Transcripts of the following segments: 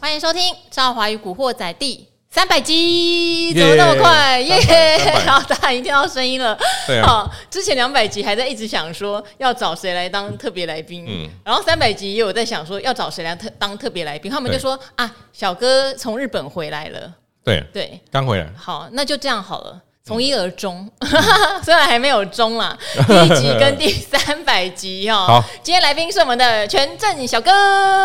欢迎收听《赵华与古惑仔》第三百集，怎么那么快？耶耶300 300然后大家已经听到声音了。对啊，好，之前两百集还在一直想说要找谁来当特别来宾，嗯然后三百集也有在想说要找谁来特当特别来宾，他们就对说啊，小哥从日本回来了，对，对，刚回来，好，那就这样好了。从一而终，嗯 虽然还没有终 啦，第一集跟第三百集哦。好，今天来宾是我们的全正小哥。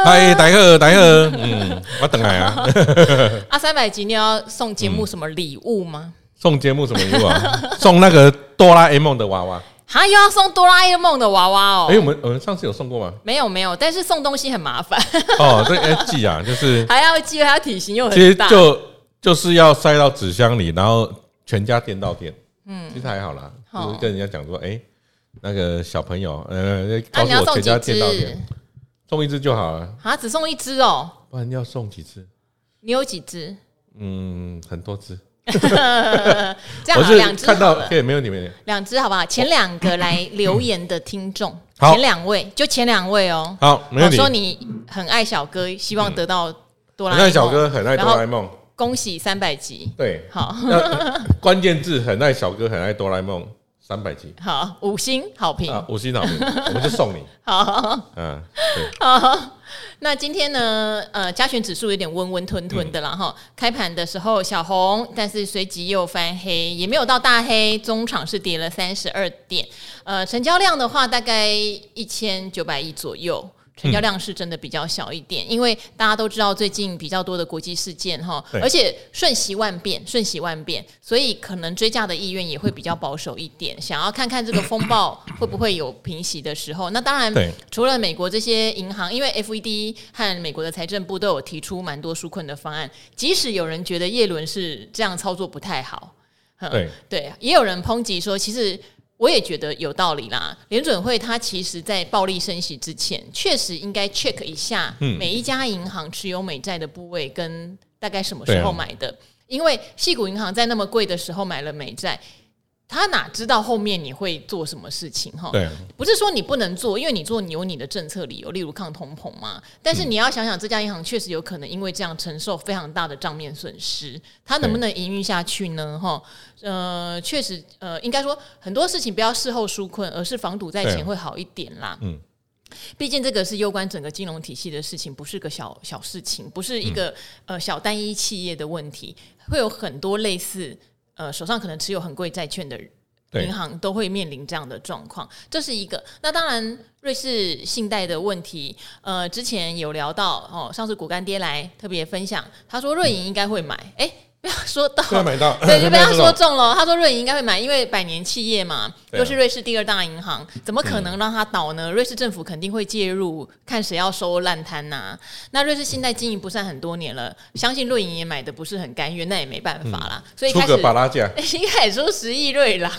嗨，哎大家好，大家好，嗯，我等来啊， 啊，三百集你要送节嗯目什么礼物吗？送节目什么礼物啊？送那个哆啦 A 梦的娃娃，哈，又要送哆啦 A 梦的娃娃哦。哎，我们我们上次有送 过吗？没有没有，但是送东西很麻烦，哦，这个记啊，就是 还要记，还要体型又其实很大。啊就就是要塞到纸箱里，然后全家电到电，嗯，其实还好啦，好就是跟人家讲说，哎，那个小朋友，呃，啊，告你诉要我送全几家电到只电，？送一只就好了，啊，只送一只哦。不然要送几只？你有几 只？嗯，很多只，这样好我是了两只看到好了对，没有你们。两只好不好？前两个来留言的听众，好前两位就前两位哦。好，没问我题。嗯说你很爱小哥，希望得到哆啦 A 很梦。爱小哥，很爱哆啦 A 哦然后梦。恭喜三百集，对，好那呃关键字很爱小哥，很爱哆啦 A 梦，三百集好五星好评，啊，五星好评，我们就 送你。好。嗯，好， 那今天呢，呃，加权指数有点温温吞吞的啦哈、开盘的时候小红，但是随即又翻黑，也没有到大黑，中场是跌了三十二点。呃，成交量的话大概一千九百亿左右。成交量是真的比较小一点，因为大家都知道最近比较多的国际事件哈，对而且瞬息万变，瞬息万变，所以可能追价的意愿也会比较保守一点，想要看看这个风暴会不会有平息的时候。那当然对，除了美国这些银行，因为 FED 和美国的财政部都有提出蛮多纾困的方案，即使有人觉得耶伦是这样操作不太好，哼对对，也有人抨击说，其实我也觉得有道理啦。联准会它其实在暴力升息之前，确实应该 check 一下嗯每一家银行持有美债的部位跟大概什么对时啊候买的，因为细谷银行在那么贵的时候买了美债。他哪知道后面你会做什么事情哈？对，不是说你不能做，因为你做你有你的政策理由，例如抗通膨嘛。但嗯是你要想想，这家银行确实有可能因为这样承受非常大的账面损失，它能不能营运下去呢？哈，呃，确实，呃，应该说很多事情不要事后纾困，而是防堵在对前会好一点啦。嗯，毕竟这个是攸关整个金融体系的事情，不是个小小事情，不是一嗯个、呃小单一企业的问题，会有很多类似呃手上可能持有很贵债券的人对银行都会面临这样的状况，这是一个。那当然，瑞士信贷的问题，呃，之前有聊到哦，上次骨干爹来特别分享，他说瑞银应该会买，哎、不要说到突然买到， 对，就 被他没有说中中了。他说瑞银应该会买，因为百年企业嘛，对啊嗯又是瑞士第二大银行，怎么可能让它倒呢？瑞士政府肯定会介入，看谁要收烂摊呐。那瑞士信贷经营不善很多年了，相信瑞银也买的不是很甘愿，那也没办法啦。所以一嗯出开个始巴拉价， 应该也说十亿瑞 郎，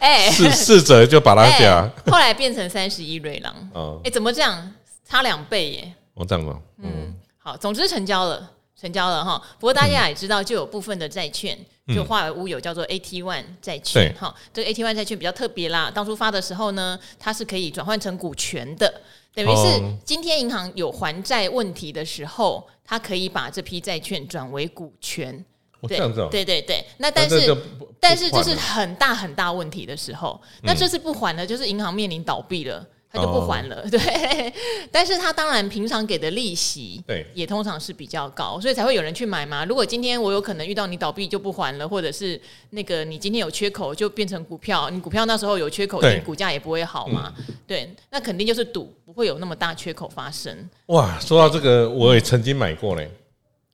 哎、四四折就巴拉价哎，后来变成三十亿瑞郎，哦哎、，怎么这样？差两倍耶！我这样吧，嗯，好，总之成交了，成交了哈。不过大家也知道，就有部分的债券、就化为乌有，叫做 AT One 债券嗯对哈。这个 AT One 债券比较特别啦，当初发的时候呢，它是可以转换成股权的，等于是哦今天银行有还债问题的时候，它可以把这批债券转为股权。我这对样子哦，对对对，那那但这嗯是就不，但是不这换是了很大很大问题的时候，那这次不还了，就是银行面临倒闭了，他就不还哦了。对， 但是他当然平常给的利息，对也通常是比较高，所以才会有人去买嘛。如果今天我有可能遇到你倒闭就不还了，或者是那个你今天有缺口就变成股票，你股票那时候有缺口，对嗯你股价也不会好嘛。对，那肯定就是赌不会有那么大缺口发生。哇，说到这个，我也曾经买过嘞，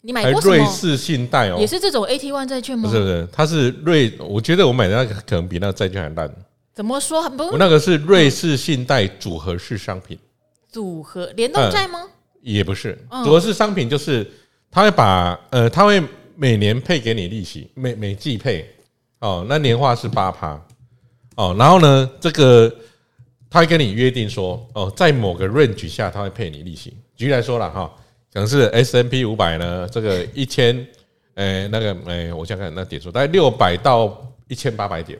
你还买过什瑞么？士信贷哦也，是这种 AT One 债券不吗？是不是，它是瑞，我觉得我买的那个可能比那个债券还烂，怎么说？我不那个是瑞士信贷组合式商品。组合联嗯动债吗？也不是，嗯主要是商品就是他会把呃，他会每年配给你利息，每每季配哦，那年化是八趴哦，然后呢，这个他会跟你约定说哦，在某个 range 下他会配你利息。举例来说了哈，可能是 S M P 五百呢，这个一千，呃，那个呃，我想看那点数，大概六百到一千八百点。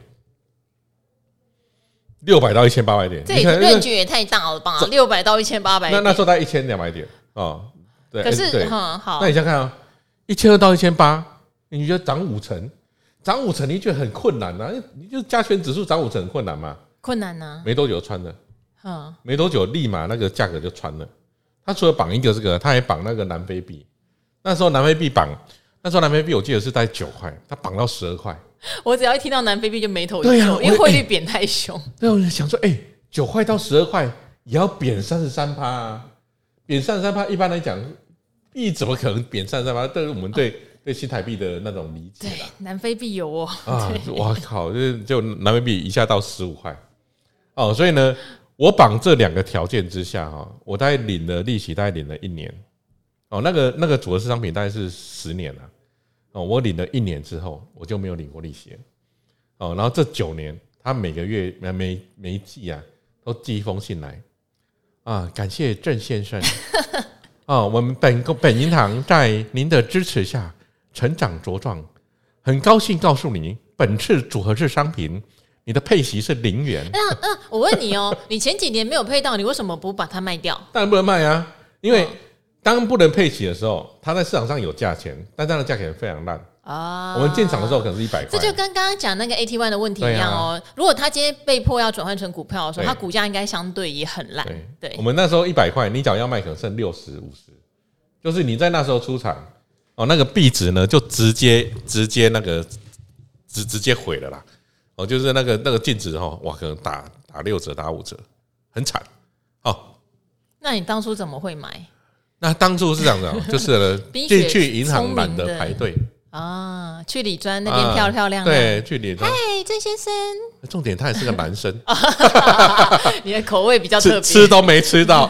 六百到一千八百点，这你也看论据也太大了吧？六百到一千八百那，那时候大概一千两百点哦，对，可哎是对，嗯好那，你想看啊，一千二到一千八，你觉得涨五成，涨五成你觉得很困难啊？因为你就加权指数涨五成很困难嘛？困难啊呢、没多久就穿了，嗯，没多久立马那个价格就穿了。他除了绑一个这个，他还绑那个南非币。那时候南非币绑，那时候南非币我记得是在九块，他绑到十二块。 我只要一听到南非币就眉头一对啊皱，我因为汇率贬太凶。那我就想说，哎、九块到十二块也要贬三十三趴啊，贬三十三趴，一般来讲，币怎么可能贬三十三趴？这是我们对对新台币的那种理 解对啦。，南非币有 哦，啊，我靠，就就南非币一下到十五块哦，所以呢，我绑这两个条件之下哈、我大概领了利息，大概领了一年哦，那个那个组合式商品大概是十年了、哦，我领了一年之后，我就没有领过利息了哦，然后这九年，他每个月每每每一季啊，都寄一封信来啊，感谢郑先生啊、我们本公本银行在您的支持下成长茁壮。很高兴告诉你，本次组合式商品，你的配息是零元，那那我问你哦，你前几年没有配到，你为什么不把它卖掉？当然不能卖啊，因为嗯当不能配息的时候，它在市场上有价钱，但它的价钱非常烂。啊，我们进场的时候可能是一百这块，就跟刚刚讲那个 AT One 的问题一样哦。如果他今天被迫要转换成股票的时候，对他股价应该相对也很烂。对我，们那时候一百块，你假如要卖，可能剩六十五十，就是你在那时候出场，哦，那个币值呢就直接直接那个直直接毁了啦，哦，就是那个那个净值哦，哇，可能打打六折打五折，很惨哦。那你当初怎么会买那当初是这样的哦，就是呢 冰雪进去银行懒得排队，啊？去理专那边漂漂亮亮。啊对，去领的。哎，郑先生，重点他也是个男生， 你的口味比较哦特别，吃吃都没 吃到，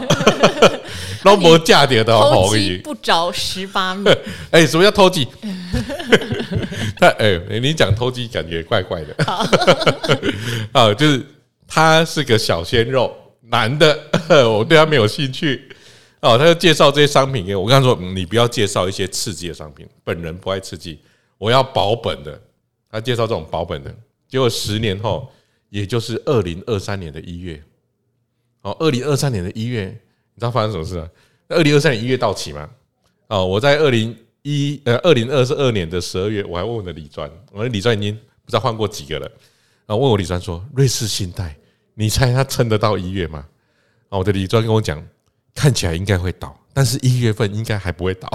都没价点的哦偷红鸡鱼。不着十八米。哎，什么叫偷鸡？ 他哎，你讲偷鸡感觉怪怪的。 啊，就是他是个小鲜肉，男的， 我对他没有兴趣。哦，他就介绍这些商品给我。我跟他说，嗯你不要介绍一些刺激的商品，本人不爱刺激，我要保本的。他介绍这种保本的，结果十年后，也就是二零二三年的一月，哦，二零二三年的一月，你知道发生什么事啊？二零二三年一月到期嘛，哦，我在二零一呃二零二二年的十二月，我还问我的李专，我的李专已经不知道换过几个了，然后问我李专说，瑞士信贷，你猜他撑得到一月吗？哦，我的李专跟我讲，看起来应该会倒，但是一月份应该还不会倒，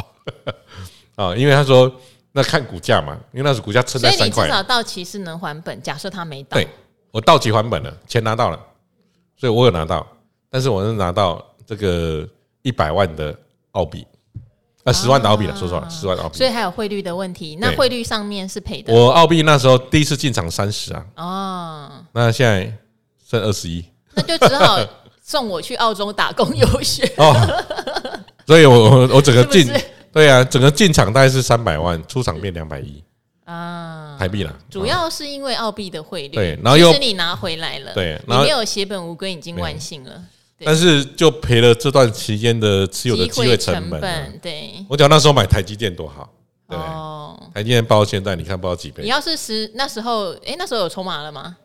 啊、因为他说那看股价嘛，因为那时股价撑所 在以你三块至，少到期是能还本，假设他没到对，我到期还本了，钱拿到了，所以我有拿到，但是我是拿到这个一百万的澳币，啊，十万的澳币了，说错了，十万的澳币所。以还有汇率的问题。那对汇率上面是赔的我澳币那时候第一次进场三十啊，哦，那现在剩二十一那就只 好送我去澳洲打工游学，哦，所以我我我整个是不进是对啊，整个进场大概是三百万，出场变两百一啊？台币啦，主要是因为澳币的汇率，对然后又其实你拿回来了，对你然后没有血本无归，已经万幸了。对啊但是就赔了这段期间的持有的机机会会成本啊、对，我讲那时候买台积电多好，对不对，哦，台积电包现在你看包几倍你？要是十那时候，哎，那时候有筹码了吗？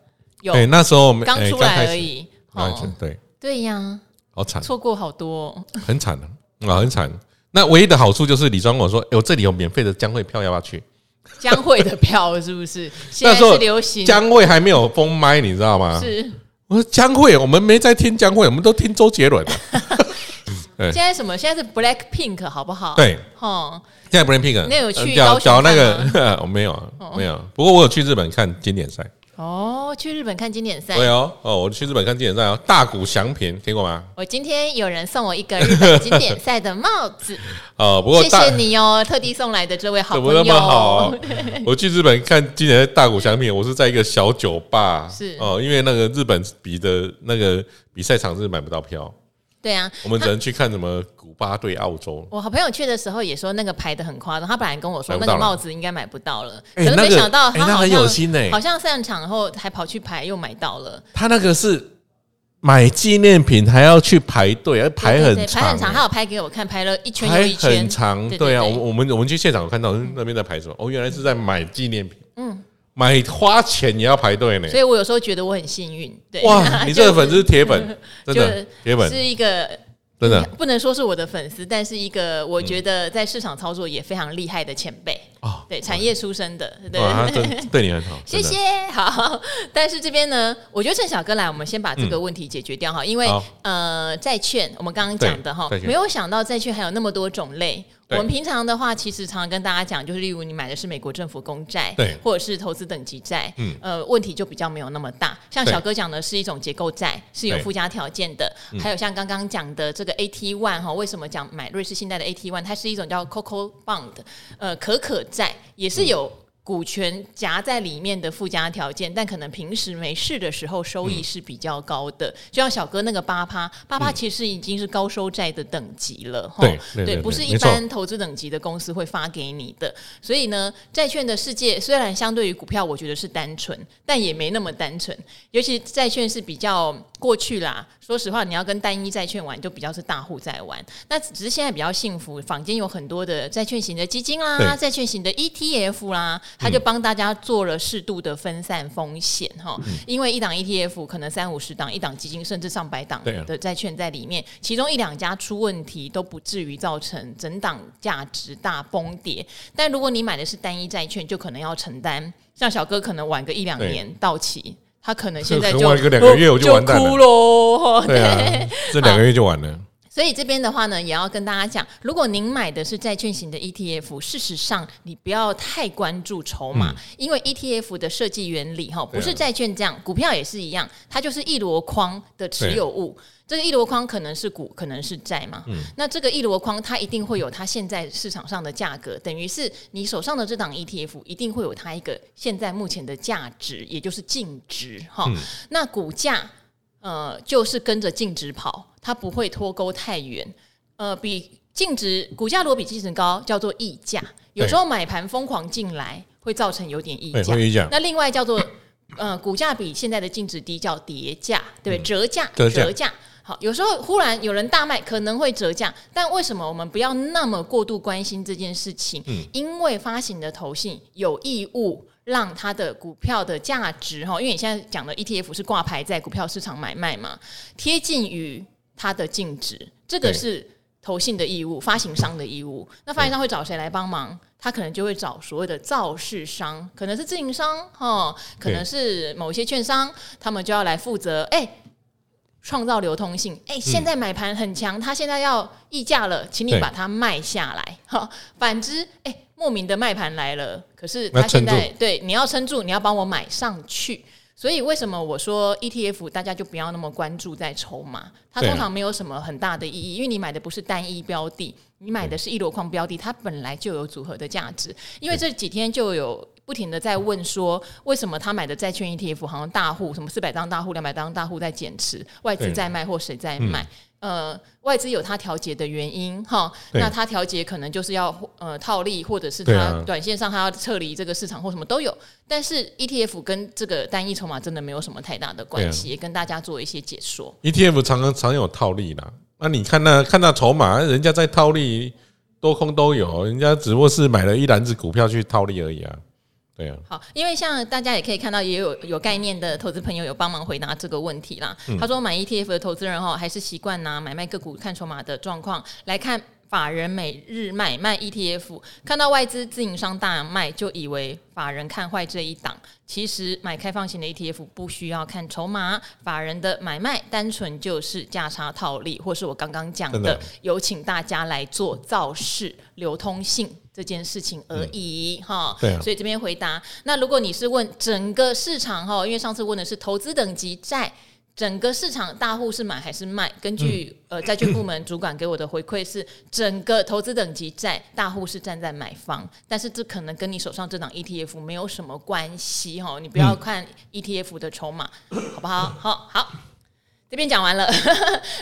有，对，那时候我们刚哎出来开而始已。刚开始哦，对，对呀，好惨，错过好多哦。很惨的啊，很惨。那唯一的好处就是李庄跟我说，哎、我这里有免费的江惠票，要不要去？江蕙的票是不 是？现那在时候是流行，江惠还没有封麦，你知道吗？是我说江惠，我们没在听江惠，我们都听周杰伦的。哦对现在什么？现在是 Black Pink 好不好？，啊对，哦，现在 BLACKPINK 那有去呃找高雄找那看个 我没有啊，没有。不过我有去日本看经典赛，哦，去日本看经典赛。对哦哦，我去日本看经典赛哦，大谷翔平听过吗？我今天有人送我一个日本经典赛的帽 子，哦，不过谢大谢你哦，特地送来的这位好怎朋么友。那么好？ 啊我去日本看今年的大谷翔平，我是在一个小酒吧，是哦，因为那个日本比的那个比赛场是买不到票，对啊，我们只能去看什么古巴对澳洲。我好朋友去的时候也说那个排的很夸张，他本来跟我说那买不到个了帽子应该买不到了，可哎是没那个想到哎他好像、那很有心哎好像散场后还跑去排又买到了，他那个是买纪念品还要去排队，而排对对很对排很长，欸他有拍给我看，排了一圈排又一圈很，长，对对对啊，对我们我们我们去现场有看到嗯那边在排什么？哦，原来是在买纪念品，嗯，买花钱也要排队呢所。以我有 时候觉得我很幸运。对， 哇，你这个粉丝是铁粉，真就的铁粉是一个嗯真的嗯不能说是我的粉丝，但是一个我觉得在市场操作也非常厉害的前辈，哦，对产业出身的， 对。哇，他真对你很好， 谢真谢，的。好。但是这边呢，我觉得趁小哥来，我们先把这个问题解决掉哈，因为好呃，债券我们刚刚讲的哈对债，券没有想到债券还有那么多种类。我对们平常的话，其实常常跟大家讲，就是例如你买的是美国政府公债，对或者是投资等级债，嗯呃，问题就比较没有那么大。像对小哥讲的是一种结构债，是有附加条件的，嗯还有像刚刚讲的这个 AT One 哈，为什么讲买瑞士信贷的 AT One？它是一种叫 Coco Bond，呃，可可债也是有。嗯股权夹在里面的附加条件，但可能平时没事的时候收嗯益是比较高的。就像小哥那个八趴，八趴其实已经是高收债的等级了，哈、对对对不是对一没错般投资等级的公司会发给你的。所以呢，债券的世界虽然相对于股票，我觉得是单纯，但也没那么单纯。尤其债券是比较过去啦，说实话，你要跟单一债券玩，就比较是大户在玩。那只是现在比较幸福，坊间有很多的债券型的基金啦，对嗯债券型的 ETF 啦，它就帮大家做了适度的分散风险哈。嗯因为一档 ETF 可能三五十档，一档基金甚至上百档对啊的债券在里面，其中一两家出问题都不至于造成整档价值大崩跌。但如果你买的是单一债券，就可能要承担，像小哥可能晚个一两对年到期。他可 能现在可就能晚个两个月我就完蛋了哭喽，吼 对啊，这两个月就完了。所以这边的话呢，也要跟大家讲，如果您买的是债券型的 ETF，事实上你不要太关注筹码，因为 ETF 的设计原理哈，嗯对不啊是债券这样，股票也是一样，它就是一箩筐的持有物。这个一箩筐可能是股，可能是债嘛。嗯那这个一箩筐，它一定会有它现在市场上的价格，等于是你手上的这档 ETF 一定会有它一个现在目前的价值，也就是净值哈。嗯那股价呃，就是跟着净值跑，它不会脱钩太远。呃，比净值股价如果比净值高，叫做溢价。有时候买盘疯狂进来，会造成有点溢对，价会。议哎讲那另外叫做 呃，股价比现在的净值低，叫叠价，对不对？折价，嗯折价好，有时候忽然有人大卖，可能会折价，但为什么我们不要那么过度关心这件事情？嗯因为发行的投信有义务让它的股票的价值哈，因为你现在讲的 ETF 是挂牌在股票市场买卖嘛，贴近于它的净值，这个对是投信的义务，发行商的义务。那发行商会找谁来帮忙？他可能就会找所谓的造市商，可能是自营商哈，可能对是某些券商，他们就要来负责。哎、创造流通性。哎、现在买盘很强，它现在要溢价了，请你嗯对把它卖下来。哈，反之，哎、莫名的卖盘来了，可是那它现撑住在对你要撑住，你要帮我买上去。所以为什么我说 ETF 大家就不要那么关注在筹码，它对啊通常没有什么很大的意义，因为你买的不是单一标的，你买的是一箩筐标嗯的，它本来就有组合的价值。因为这几天就有不停的在问说，为什么他买的债券 ETF 好像大户什么四百张大户、两百张大户在减持，外资对在卖或谁在卖？呃，外资有它调节的原因哈，对那它调节可能就是要呃套利，或者是对它啊短线上它要撤离这个市场或什么都有。但是 ETF 跟这个单一筹码真的没有什么太大的关啊系，也跟大家做一些解说。 ETF E 常常常有套利啦。那你看那看那筹码，人家在套利，多空都有，人家只不过是买了一篮子股票去套利而已啊。对啊，好，因为像大家也可以看到，也有有概念的投资朋友有帮忙回答这个问题啦。嗯他说，买 ETF 的投资人哈，还是习惯拿买卖个股看筹码的状况来看。法人每日买卖 ETF，看到外资自营商大卖，就以为法人看坏这一档。其实买开放型的 ETF 不需要看筹码，法人的买卖单纯就是价差套利，或是我刚刚讲真的的有请大家来做造势流通性这件事情而已，哈、对啊所以这边回答。那如果你是问整个市场哈，因为上次问的是投资等级债。整个市场大户是买还是卖？根据、嗯呃债券部门主管给我的回馈是，整个投资等级债大户是站在买方，但是这可能跟你手上这档 ETF 没有什么关系哈，你不要看嗯 ETF 的筹码，好不好？好好，这边讲完了，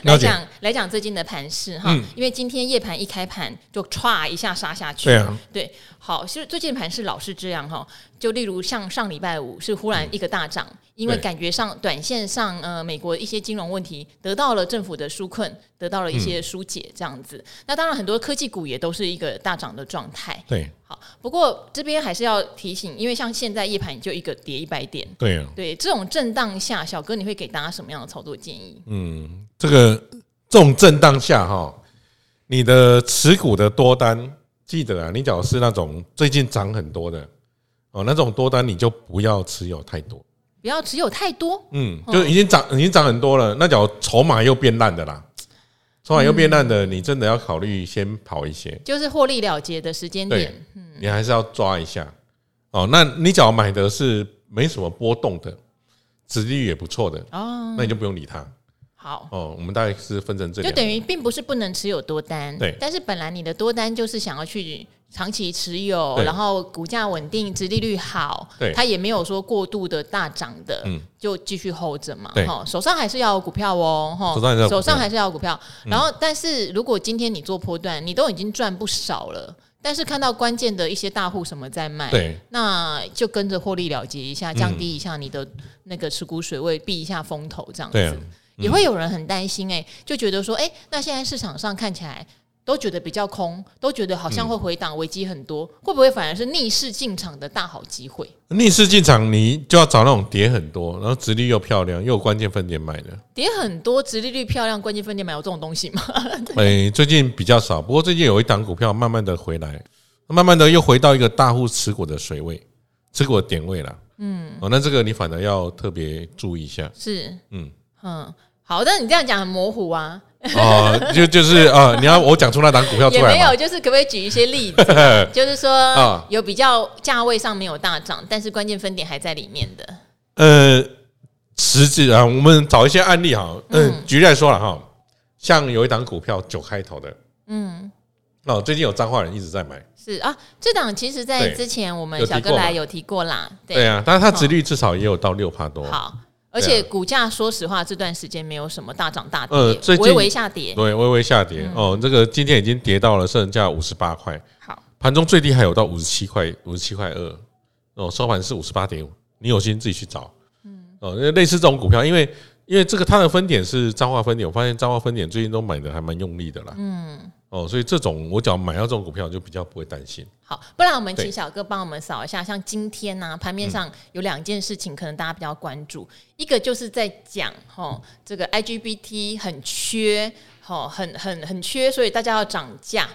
来 了解讲来讲最近的盘势哈，嗯因为今天夜盘一开盘就歘一下杀下去，对啊，对，好，是最近盘势老是这样哈，就例如像上礼拜五是忽然一个大涨，因为嗯对感觉上短线上呃美国一些金融问题得到了政府的纾困，得到了一嗯些疏解这样子，那当然很多科技股也都是一个大涨的状态。对好，不过这边还是要提醒，因为像现在夜盘就一个跌一百点，对啊，对这种震荡下，小哥你会给大家什么样的操作建议？嗯，这个这种震荡下哈，你的持股的多单，记得啊，你假如是那种最近涨很多的哦，那种多单你就不要持有太多。不要持有太多，嗯，就已经涨，已经涨很多了。那假如筹码又变烂的啦，筹码又变烂嗯的，你真的要考虑先跑一些，就是获利了结的时间对点。，你还是要抓一下。哦，那你假如买的是没什么波动的，殖利率也不错的，哦，那你就不用理它。好，哦，我们大概是分成这就两等于并不是不能持有多单，对但是本来你的多单就是想要去长期持有，对然后股价稳定，殖利率好，对它也没有说过度的大涨的，嗯就继续 hold 着嘛，对齁手上还是要有股票哦，哈，手上还是要有股票嗯还是要有股票。然后，但是如果今天你做波段，你都已经赚不少了，但是看到关键的一些大户什么在卖，对那就跟着获利了结一下，降低一下你的那个持股水位，避一下风头，这样子。对啊也会有人很担心、欸，就觉得说，哎、那现在市场上看起来都觉得比较空，都觉得好像会嗯回档，危机嗯很多，会不会反而是逆势进场的大好机会？逆势进场，你就要找那种跌很多，然后殖利率又漂亮，又有关键分点买的。跌很多，殖利率漂亮，关键分点买有这种东西吗？。诶、哎最近比较少，不过最近有一档股票慢慢的回来，慢慢的又回到一个大户持股的水位、持股的点位啦。嗯，哦，那这个你反而要特别注意一下 是，嗯嗯，好，但你这样讲很模糊啊，哦，就就是啊、你要我讲出那档股票也出来没嘛有，就是可不可以举一些例 子？就是说，啊有比较价位上没有大涨，但是关键分点还在里面的。呃，实际啊，我们找一些案例哈。嗯，举例来说了哈，像有一档股票九开头的，嗯，哦，最近有彰化人一直在买，是啊，这档其实在对之前我们有提小哥过来嘛有提过啦，对啊，但是它殖率至少也有到六帕多。好，而对啊且股价说实话这段时间没有什么大涨大跌，呃最近微微下跌。对，微微下跌、嗯哦。这个今天已经跌到了剩下五十八块，好，盘中最低还有到五十七块，五十七块二哦，收盘是五十八点五。你有心自己去找，嗯哦，那类似这种股票，因为因为这个它的分点是彰化分点，我发现彰化分点最近都买的还蛮用力的啦，嗯哦，所以这种我只要买到这种股票就比较不会担心。好，不然我们请对嗯小哥帮我们扫一下，像今天呢、盘面上有两件事情，可能大家比较关注，一个就是在讲哈，这个 IGBT 很缺，哈，很很很缺，所以大家要涨价。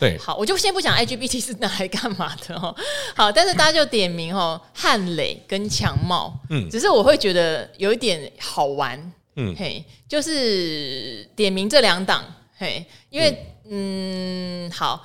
对，好，我就先不讲 IGBT 是拿来干嘛的哦。好，但是大家就点名哦，汉磊跟强茂，嗯，只是我会觉得有一点好玩，嗯，嗯嘿，就是点名这两档，嘿，因为嗯好，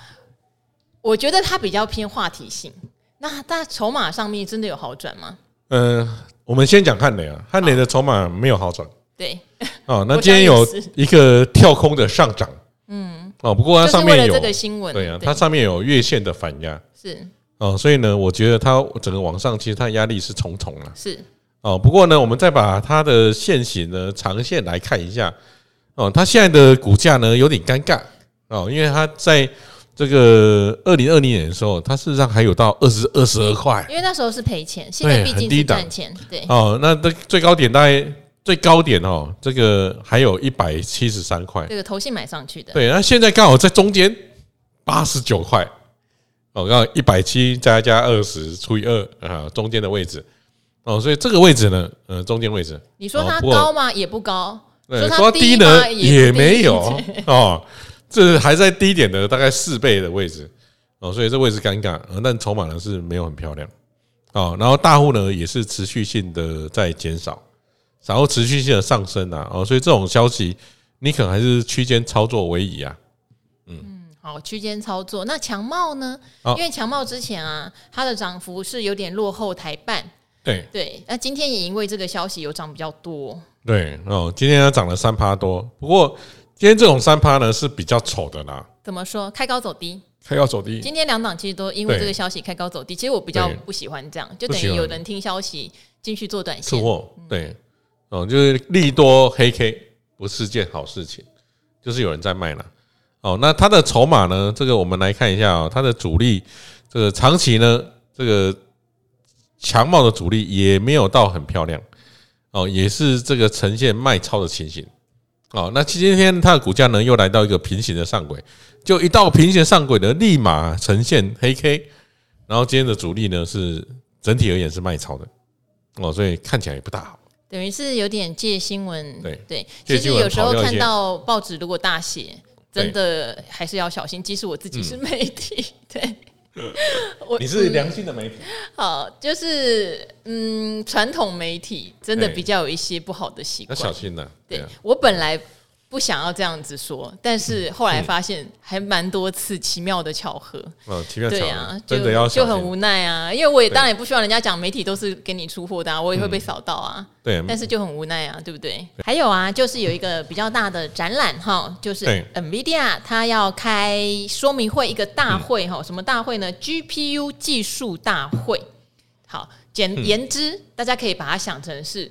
我觉得它比较偏话题性。那大家筹码上面真的有好转吗？嗯、我们先讲汉雷啊，汉雷的筹码没有好转对，哦，那我今想天也有是一个跳空的上涨，嗯哦，不过它就是上为面了有这个新闻，对啊，它上面有月线的反压。是哦，所以呢，我觉得它整个往上，其实它压力是重重了。是哦，不过呢，我们再把它的线型呢长线来看一下。哦，它现在的股价呢有点尴尬哦，因为它在这个二零二零年的时候，它事实上还有到二十二十二块因为那时候是赔钱，现在对毕哎很竟低是档赚钱，对，哦，那这最高点大概最高点哦，这个还有一百七十三块。这个投信买上去的，对，那现在刚好在中间八十九块，哦，刚好一百七加加二十除以二啊，中间的位置哦，所以这个位置呢，呃，中间位置，你说哦它不过高吗？也不高。对，它说低低吗呢也也不没低有哦，这还在低点的大概四倍的位置哦，所以这位置尴尬，呃但筹码呢是没有很漂亮哦，然后大户呢也是持续性的在减少，然后持续性的上升啊，哦，所以这种消息你可能还是区间操作为宜啊。好，区间操作。那强茂呢？哦因为强茂之前啊，它的涨幅是有点落后台办，对，对。那今天也因为这个消息有涨比较多，对哦，今天它涨了三趴多，不过今天这种三趴呢是比较丑的啦，怎么说？开高走低。开高走低。今天两档其实都因为对这个消息开高走低，其实我比较对不喜欢这样，就不等喜于欢有人听消息进去做短出线。货，对，哦，就是利多黑 K 不是件好事情，就是有人在卖了。哦，那它的筹码呢？这个我们来看一下哦，它的主力这个长期呢，这个强茂的主力也没有到很漂亮，哦，也是这个呈现卖超的情形。哦，那今天它的股价呢又来到一个平行的上轨，就一到平行上轨呢，立马呈现黑 K，然后今天的主力呢是整体而言是卖超的，哦，所以看起来也不大好。等于是有点借新闻。对对，其借实新闻有时候跑掉一看些到报纸如果大写，对真嗯的还是要小心。即使我自己是媒体， 对。我你是良心的媒体，嗯好，就是嗯，传统媒体真的对比较有一些不好的习要惯。小心呐。对啊，我本来不想要这样子说，但是后来发现还蛮多次奇妙的巧合。嗯，奇妙巧对啊合，，就真的要就小很心。无奈啊，因为我也对嗯当然也不希望人家讲媒体都是给你出货的、啊，我也会被扫到啊。对，但是就很无奈啊，对不对？还有啊，就是有一个比较大的展览哈，就是对 NVIDIA 它要开说明会一个大嗯会哈，什么大会呢？GPU 技术大会。好，简嗯言之，大家可以把它想成是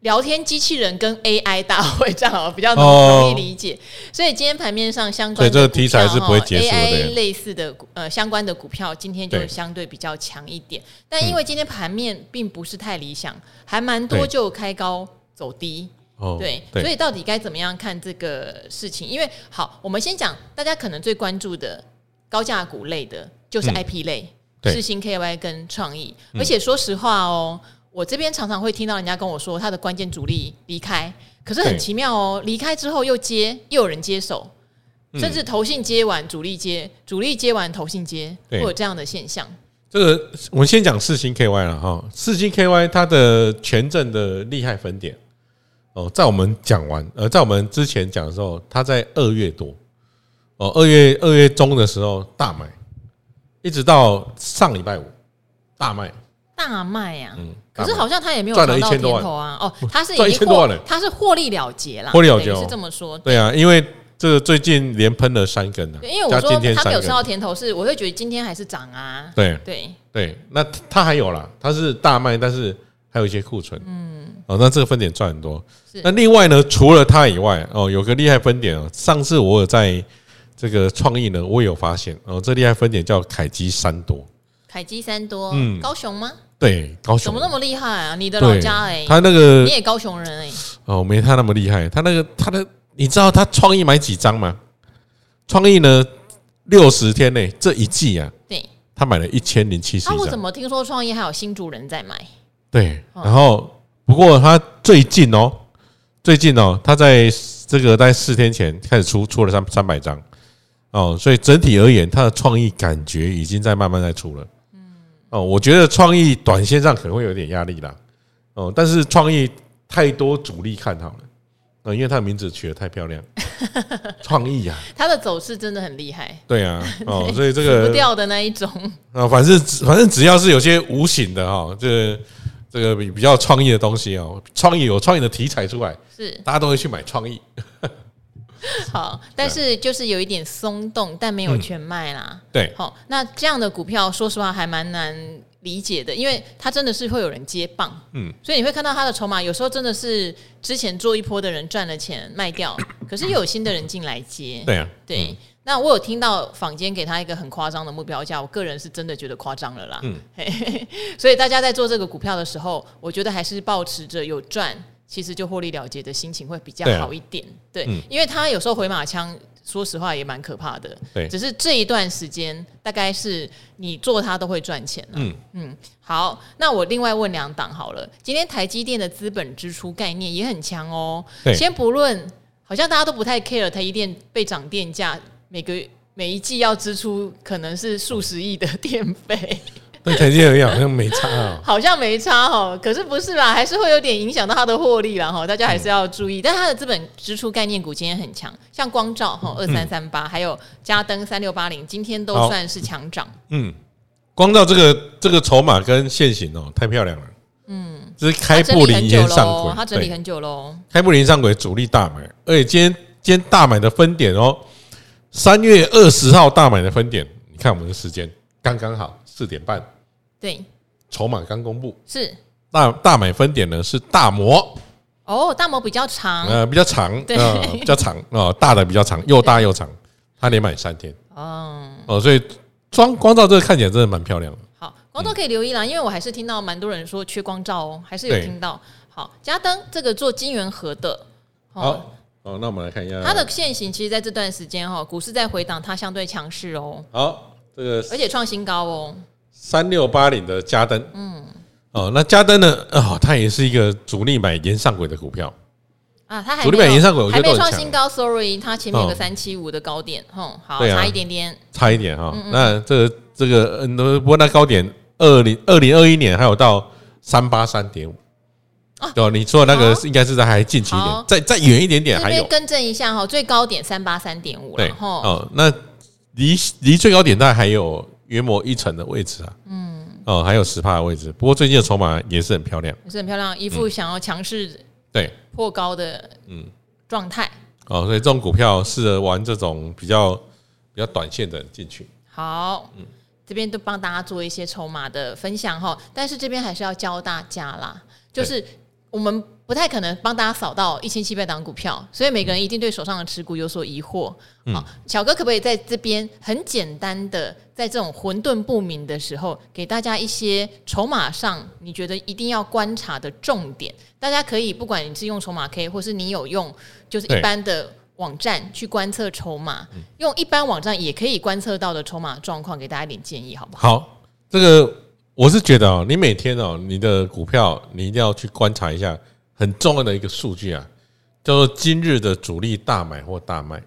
聊天机器人跟 AI 大会，这样好比较哦容易理解。所以今天盘面上相关的所以这个题材股票是不会哈结束的 AI 对类似的股呃相关的股票，今天就对相对比较强一点。但因为今天盘面并不是太理想，还蛮多嗯对就开高走低。哦对，所对以到底该怎么样看这个事情？因为好，我们先讲大家可能最关注的高价股类的，就是嗯 IP 类，对嗯世新 KY 跟创意。而且说实话哦，我这边常常会听到人家跟我说，他的关键主力离开，可是很对奇妙哦，离开之后又接，又有人接手。嗯甚至投信接完主力接，主力接完投信接，会对有这样的现象。这个我们先讲四星 KY 了哈，四星 KY 它的权证的厉害分点哦，在我们讲完呃，在我们之前讲的时候，它在二月多哦，二月二月中的时候大买，一直到上礼拜五大卖，大卖啊！嗯，可是大卖好像他也没有赚了尝到1000多甜万头啊。哦，他是已赚经1000多获万了他是获利了结啦，获利了结等于哦是这么说。对啊，因为这个最近连喷了三根了、对，因为加我说今天他没有吃三根，到甜头，是我会觉得今天还是涨啊。对对，对，那它它还有啦，它是大卖，但是还有一些库存，嗯，哦，那这个分点赚很多是。那另外呢，除了它以外，哦，有个厉害分点哦，上次我有在这个创意呢，我有发现哦，这厉害分点叫凯基三多，凯基三多，嗯高雄吗？对，高怎雄么那么厉害啊？你的老对家哎、他那个你也高雄人哎、哦，没他那么厉害，他那个他的，你知道他创意买几张吗？创意呢，六十天内这一季啊，对，他买了一千零七十啊，一我张怎。么听说创业还有新主人在买？对，哦然后不过他最近哦，最近哦，他在这个在四天前开始出出了三三百张哦，所以整体而言，他的创意感觉已经在慢慢在出了。哦，我觉得创意短线上可能会有点压力啦。哦，但是创意太多主力看好了，呃，因为他的名字取得太漂亮，创意啊，他的走势真的很厉害，对啊，哦，所以 这死个不掉的那一种。啊，反正反正只要是有些无形的哈、这个这个比比较创意的东西哦，创意有创意的题材出来，是大家都会去买创意。好，但是就是有一点松动，但没有全卖啦。对，好、那这样的股票，说实话还蛮难理解的，因为它真的是会有人接棒，嗯嗯，所以你会看到它的筹码，有时候真的是之前做一波的人赚了钱卖掉，可是又有新的人进来接，对啊，对。那我有听到坊间给他一个很夸张的目标价，我个人是真的觉得夸张了啦。嗯嗯， 所以大家在做这个股票的时候，我觉得还是保持着有赚，其实就获利了结的心情会比较对啊好一点。对，嗯因为他有时候回马枪，说实话也蛮可怕的。对只是这一段时间大概是你做它都会赚钱、啊。嗯嗯嗯，好，那我另外问两档好了。今天台积电的资本支出概念也很强哦。对先不论，好像大家都不太 care 台积电被涨电价，每个每一季要支出可能是数十亿的电费。 对台积电而言好像没差啊、好像没差哦，可是不是啦，还是会有点影响到它的获利啦哈，大家还是要注嗯意。但它的资本支出概念股今天很强，像光照哈二三三八，还有嘉登三六八零，今天都嗯好算是强涨。嗯，光照这个这个筹码跟现行哦，太漂亮了。嗯，这是开整布理林很久先上喽，它轨，整理对，很久喽。开布林上轨主力大买，而且今天今天大买的分点哦，三月二十号大买的分点，你看我们的时间刚刚好四点半，对，筹码刚公布。是大大买分点呢是大摩，哦，大摩比较长呃，比较长，对呃，比较长，哦，大的比较长，又大又长，它连买三天，哦。哦，所以光光照这个看起来真的蛮漂亮的，好，光照可以留意啦，因为我还是听到蛮多人说缺光照哦，还是有对听到。好，嘉登这个做金元盒的，好，哦，那我们来看一下它的现行其实在这段时间哈，股市在回档，它相对强势哦。好这个而且创新高哦，三六八零的加登，嗯，哦，那嘉登呢？哦，它也是一个主力买沿上轨的股票，啊，它还主力没买有沿上轨，我觉还得没都创很新强，高，sorry，它前面有个哦三七五的高点，哼、好对啊差一点点，差一点哈、嗯那这个这个，嗯，不过那高点二零二零二一年还有到三八三点五。哦，你说的那个是应该是在还近期一好点，再再远一点点这啊还边有更正一下哈，最高点三八三点五对了，哈，哦，那离离最高点大概还有约莫一层的位置啊，嗯，哦，还有十帕的位置。不过最近的筹码也是很漂亮，也是很漂亮，一副嗯想要强势对，破高的嗯状态。哦，所以这种股票适合玩这种比较比较短线的进去。好，这边都帮大家做一些筹码的分享哈，但是这边还是要教大家啦，就是我们不太可能帮大家扫到一千七百档股票，所以每个人一定对手上的持股有所疑惑。嗯好，小哥可不可以在这边很简单的，在这种混沌不明的时候，给大家一些筹码上你觉得一定要观察的重点？大家可以不管你是用筹码 K，或是你有用就是一对般的网站去观测筹码，用一般网站也可以观测到的筹码状况，给大家一点建议，好不好？好，这个我是觉得哦，你每天哦，你的股票你一定要去观察一下很重要的一个数据啊，叫做今日的主力大买或大卖。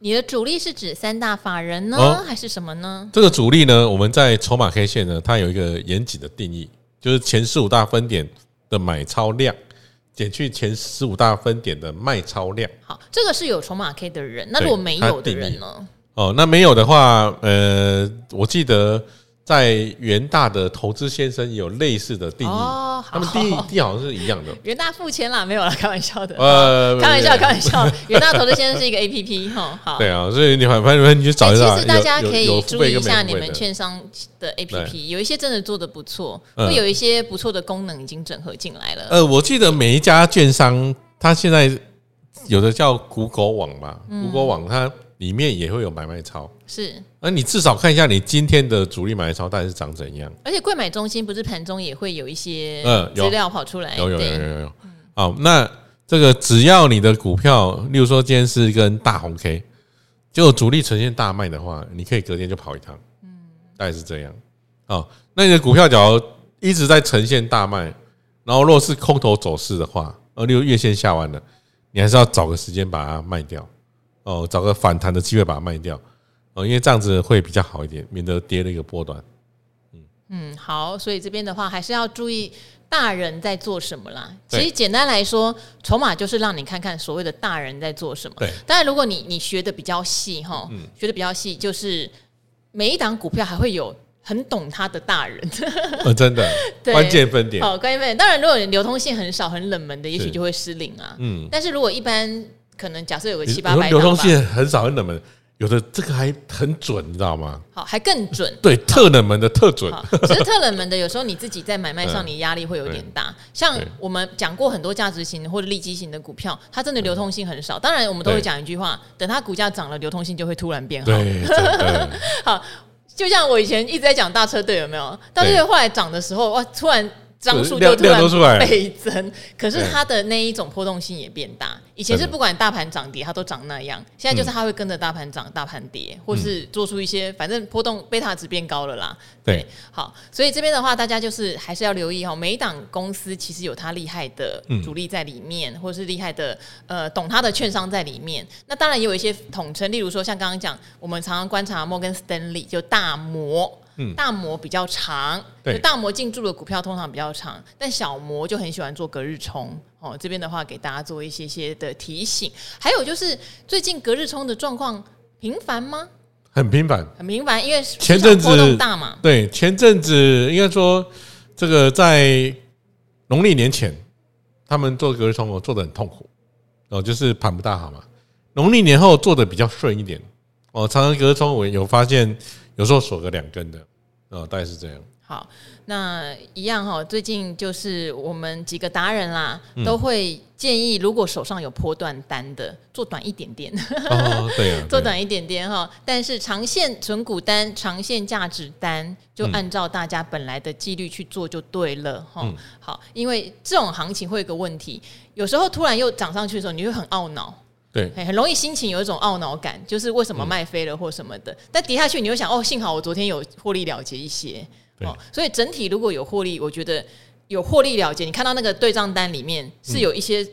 你的主力是指三大法人呢，哦还是什么呢？这个主力呢，我们在筹码 K 线呢，它有一个严谨的定义，就是前十五大分点的买超量减去前十五大分点的卖超量。好，这个是有筹码 K 的人，那对如果没有的他定义人呢？哦，那没有的话，呃，我记得在元大的投资先生也有类似的定义，哦好他们定义定义好像是一样的。元大付钱啦，没有啦，开玩笑的。呃开玩笑，对开玩笑。元大投资先生是一个 A P P 哈，好。对啊，所以你反反正你去找哎一下，其实大家可有有以有付注意费一跟没下付你费们的券商的 A P P，有一些真的做的不错，嗯会有一些不错的功能已经整合进来了。呃，我记得每一家券商，它现在有的叫股狗网嘛，股狗网它里面也会有买卖超，是，那你至少看一下你今天的主力买卖超到底是长怎样。而且贵买中心不是盘中也会有一些嗯有资料跑出来，有有有有哎对有有。好，那这个只要你的股票，例如说今天是一根大红 K，结果主力呈现大卖的话，你可以隔天就跑一趟，嗯，大概是这样。好，那你的股票假如一直在呈现大卖，然后若是空头走势的话，呃，例如月线下完了，你还是要找个时间把它卖掉，哦，找个反弹的机会把它卖掉，哦，因为这样子会比较好一点，免得跌了一个波段。嗯，好，所以这边的话还是要注意大人在做什么啦。其对实简单来说，筹码就是让你看看所谓的大人在做什么。对，嗯当然如果你你学的比较细哈，学的比较细，就是每一档股票还会有很懂它的大人。呃，真的， 对关键分点， 好，关键分当然，如果你流通性很少、很冷门的，也许是就会失灵啊。嗯。但是如果一般，可能假设有个你七八百流档动吧，性很少很冷门，有的这个还很准，你知道吗？好，还更准。对，特冷门的特准，好，只是特冷门的，有时候你自己在买卖上，嗯你压力会有点大。像对我们讲过很多价值型或者利基型的股票，它真的流通性很少。当然，我们都会对讲一句话：等它股价涨了，流通性就会突然变好。对，真的就像我以前一直在讲大车队，有没有？大车队对后来涨的时候，哇，突然张数就量突然量都出来了倍增，可是它的那一种波动性也变大。以前是不管大盘涨跌，它都涨那样，现在嗯就是它会跟着大盘涨、大盘跌，或是做出一些反正波动贝塔值变高了啦。对，好，所以这边的话，大家就是还是要留意哈，每一档公司其实有它厉害的主力在里面，或是厉害的呃懂它的券商在里面。那当然也有一些统称，例如说像刚刚讲，我们常常观察摩根斯丹利就大摩。大摩比较长，嗯对就大摩进驻的股票通常比较长，但小摩就很喜欢做隔日冲哦。这边的话，给大家做一些些的提醒。还有就是，最近隔日冲的状况频繁吗？很频繁。很频繁，因为市前场阵子波动大嘛，对，前阵子应该说这个在农历年前，他们做隔日冲哦，做的很痛苦，哦，就是盘不大好嘛。农历年后做的比较顺一点，哦，常常隔日冲我有发现，有时候锁个两根的，哦，大概是这样。好，那一样哈、最近就是我们几个达人啦，都会建议，如果手上有波段单的，做短一点点，哦，对啊，做对啊短一点点哈、但是长线存股单、长线价值单，就按照大家本来的纪律去做就对了哈、好，因为这种行情会有一个问题，有时候突然又涨上去的时候，你会很懊恼。对，嗯哎，很容易心情有一种懊恼感，就是为什么卖飞了或什么的。但跌下去，你又想哦，幸好我昨天有获利了结一些对哦。所以整体如果有获利，我觉得有获利了结，你看到那个对账单里面嗯是有一些、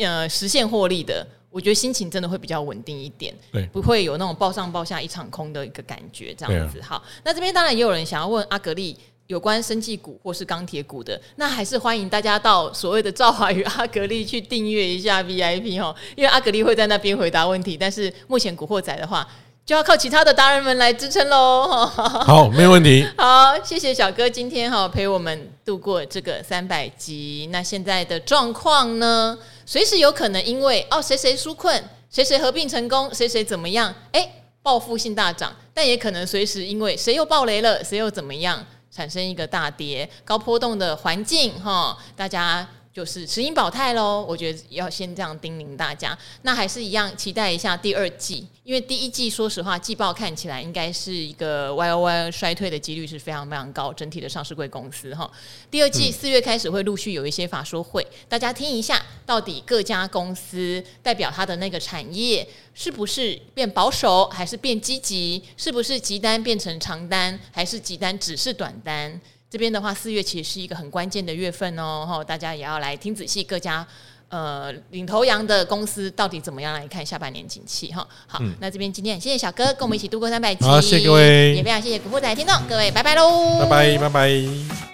呃实现获利的，我觉得心情真的会比较稳定一点， 对不会有那种报上报下一场空的一个感觉这样子。好，那这边当然也有人想要问阿格力。有关生技股或是钢铁股的，那还是欢迎大家到所谓的赵华与阿格力去订阅一下 VIP 哦，因为阿格力会在那边回答问题。但是目前古惑仔的话，就要靠其他的达人们来支撑喽。好，没有问题。好，谢谢小哥今天哈陪我们度过这个三百集。那现在的状况呢，随时有可能因为哦谁谁纾困，谁谁合并成功，谁谁怎么样，哎，报复性大涨，但也可能随时因为谁又爆雷了，谁又怎么样，产生一个大跌。高波动的环境哈，大家。就是持盈保泰喽，我觉得要先这样叮咛大家。那还是一样，期待一下第二季，因为第一季说实话，季报看起来应该是一个 Y O Y 衰退的几率是非常非常高，整体的上市贵公司哈。第二季四月开始会陆续有一些法说会，大家听一下，到底各家公司代表它的那个产业是不是变保守，还是变积极？是不是急单变成长单，还是急单只是短单？这边的话，四月其实是一个很关键的月份哦，哈，大家也要来听仔细各家呃领头羊的公司到底怎么样来看下半年景气哈。好，那这边今天很谢谢小哥跟我们一起度过三百集，嗯好谢谢各位也非常谢谢古惑仔的听众，各位拜拜喽，拜拜，拜拜。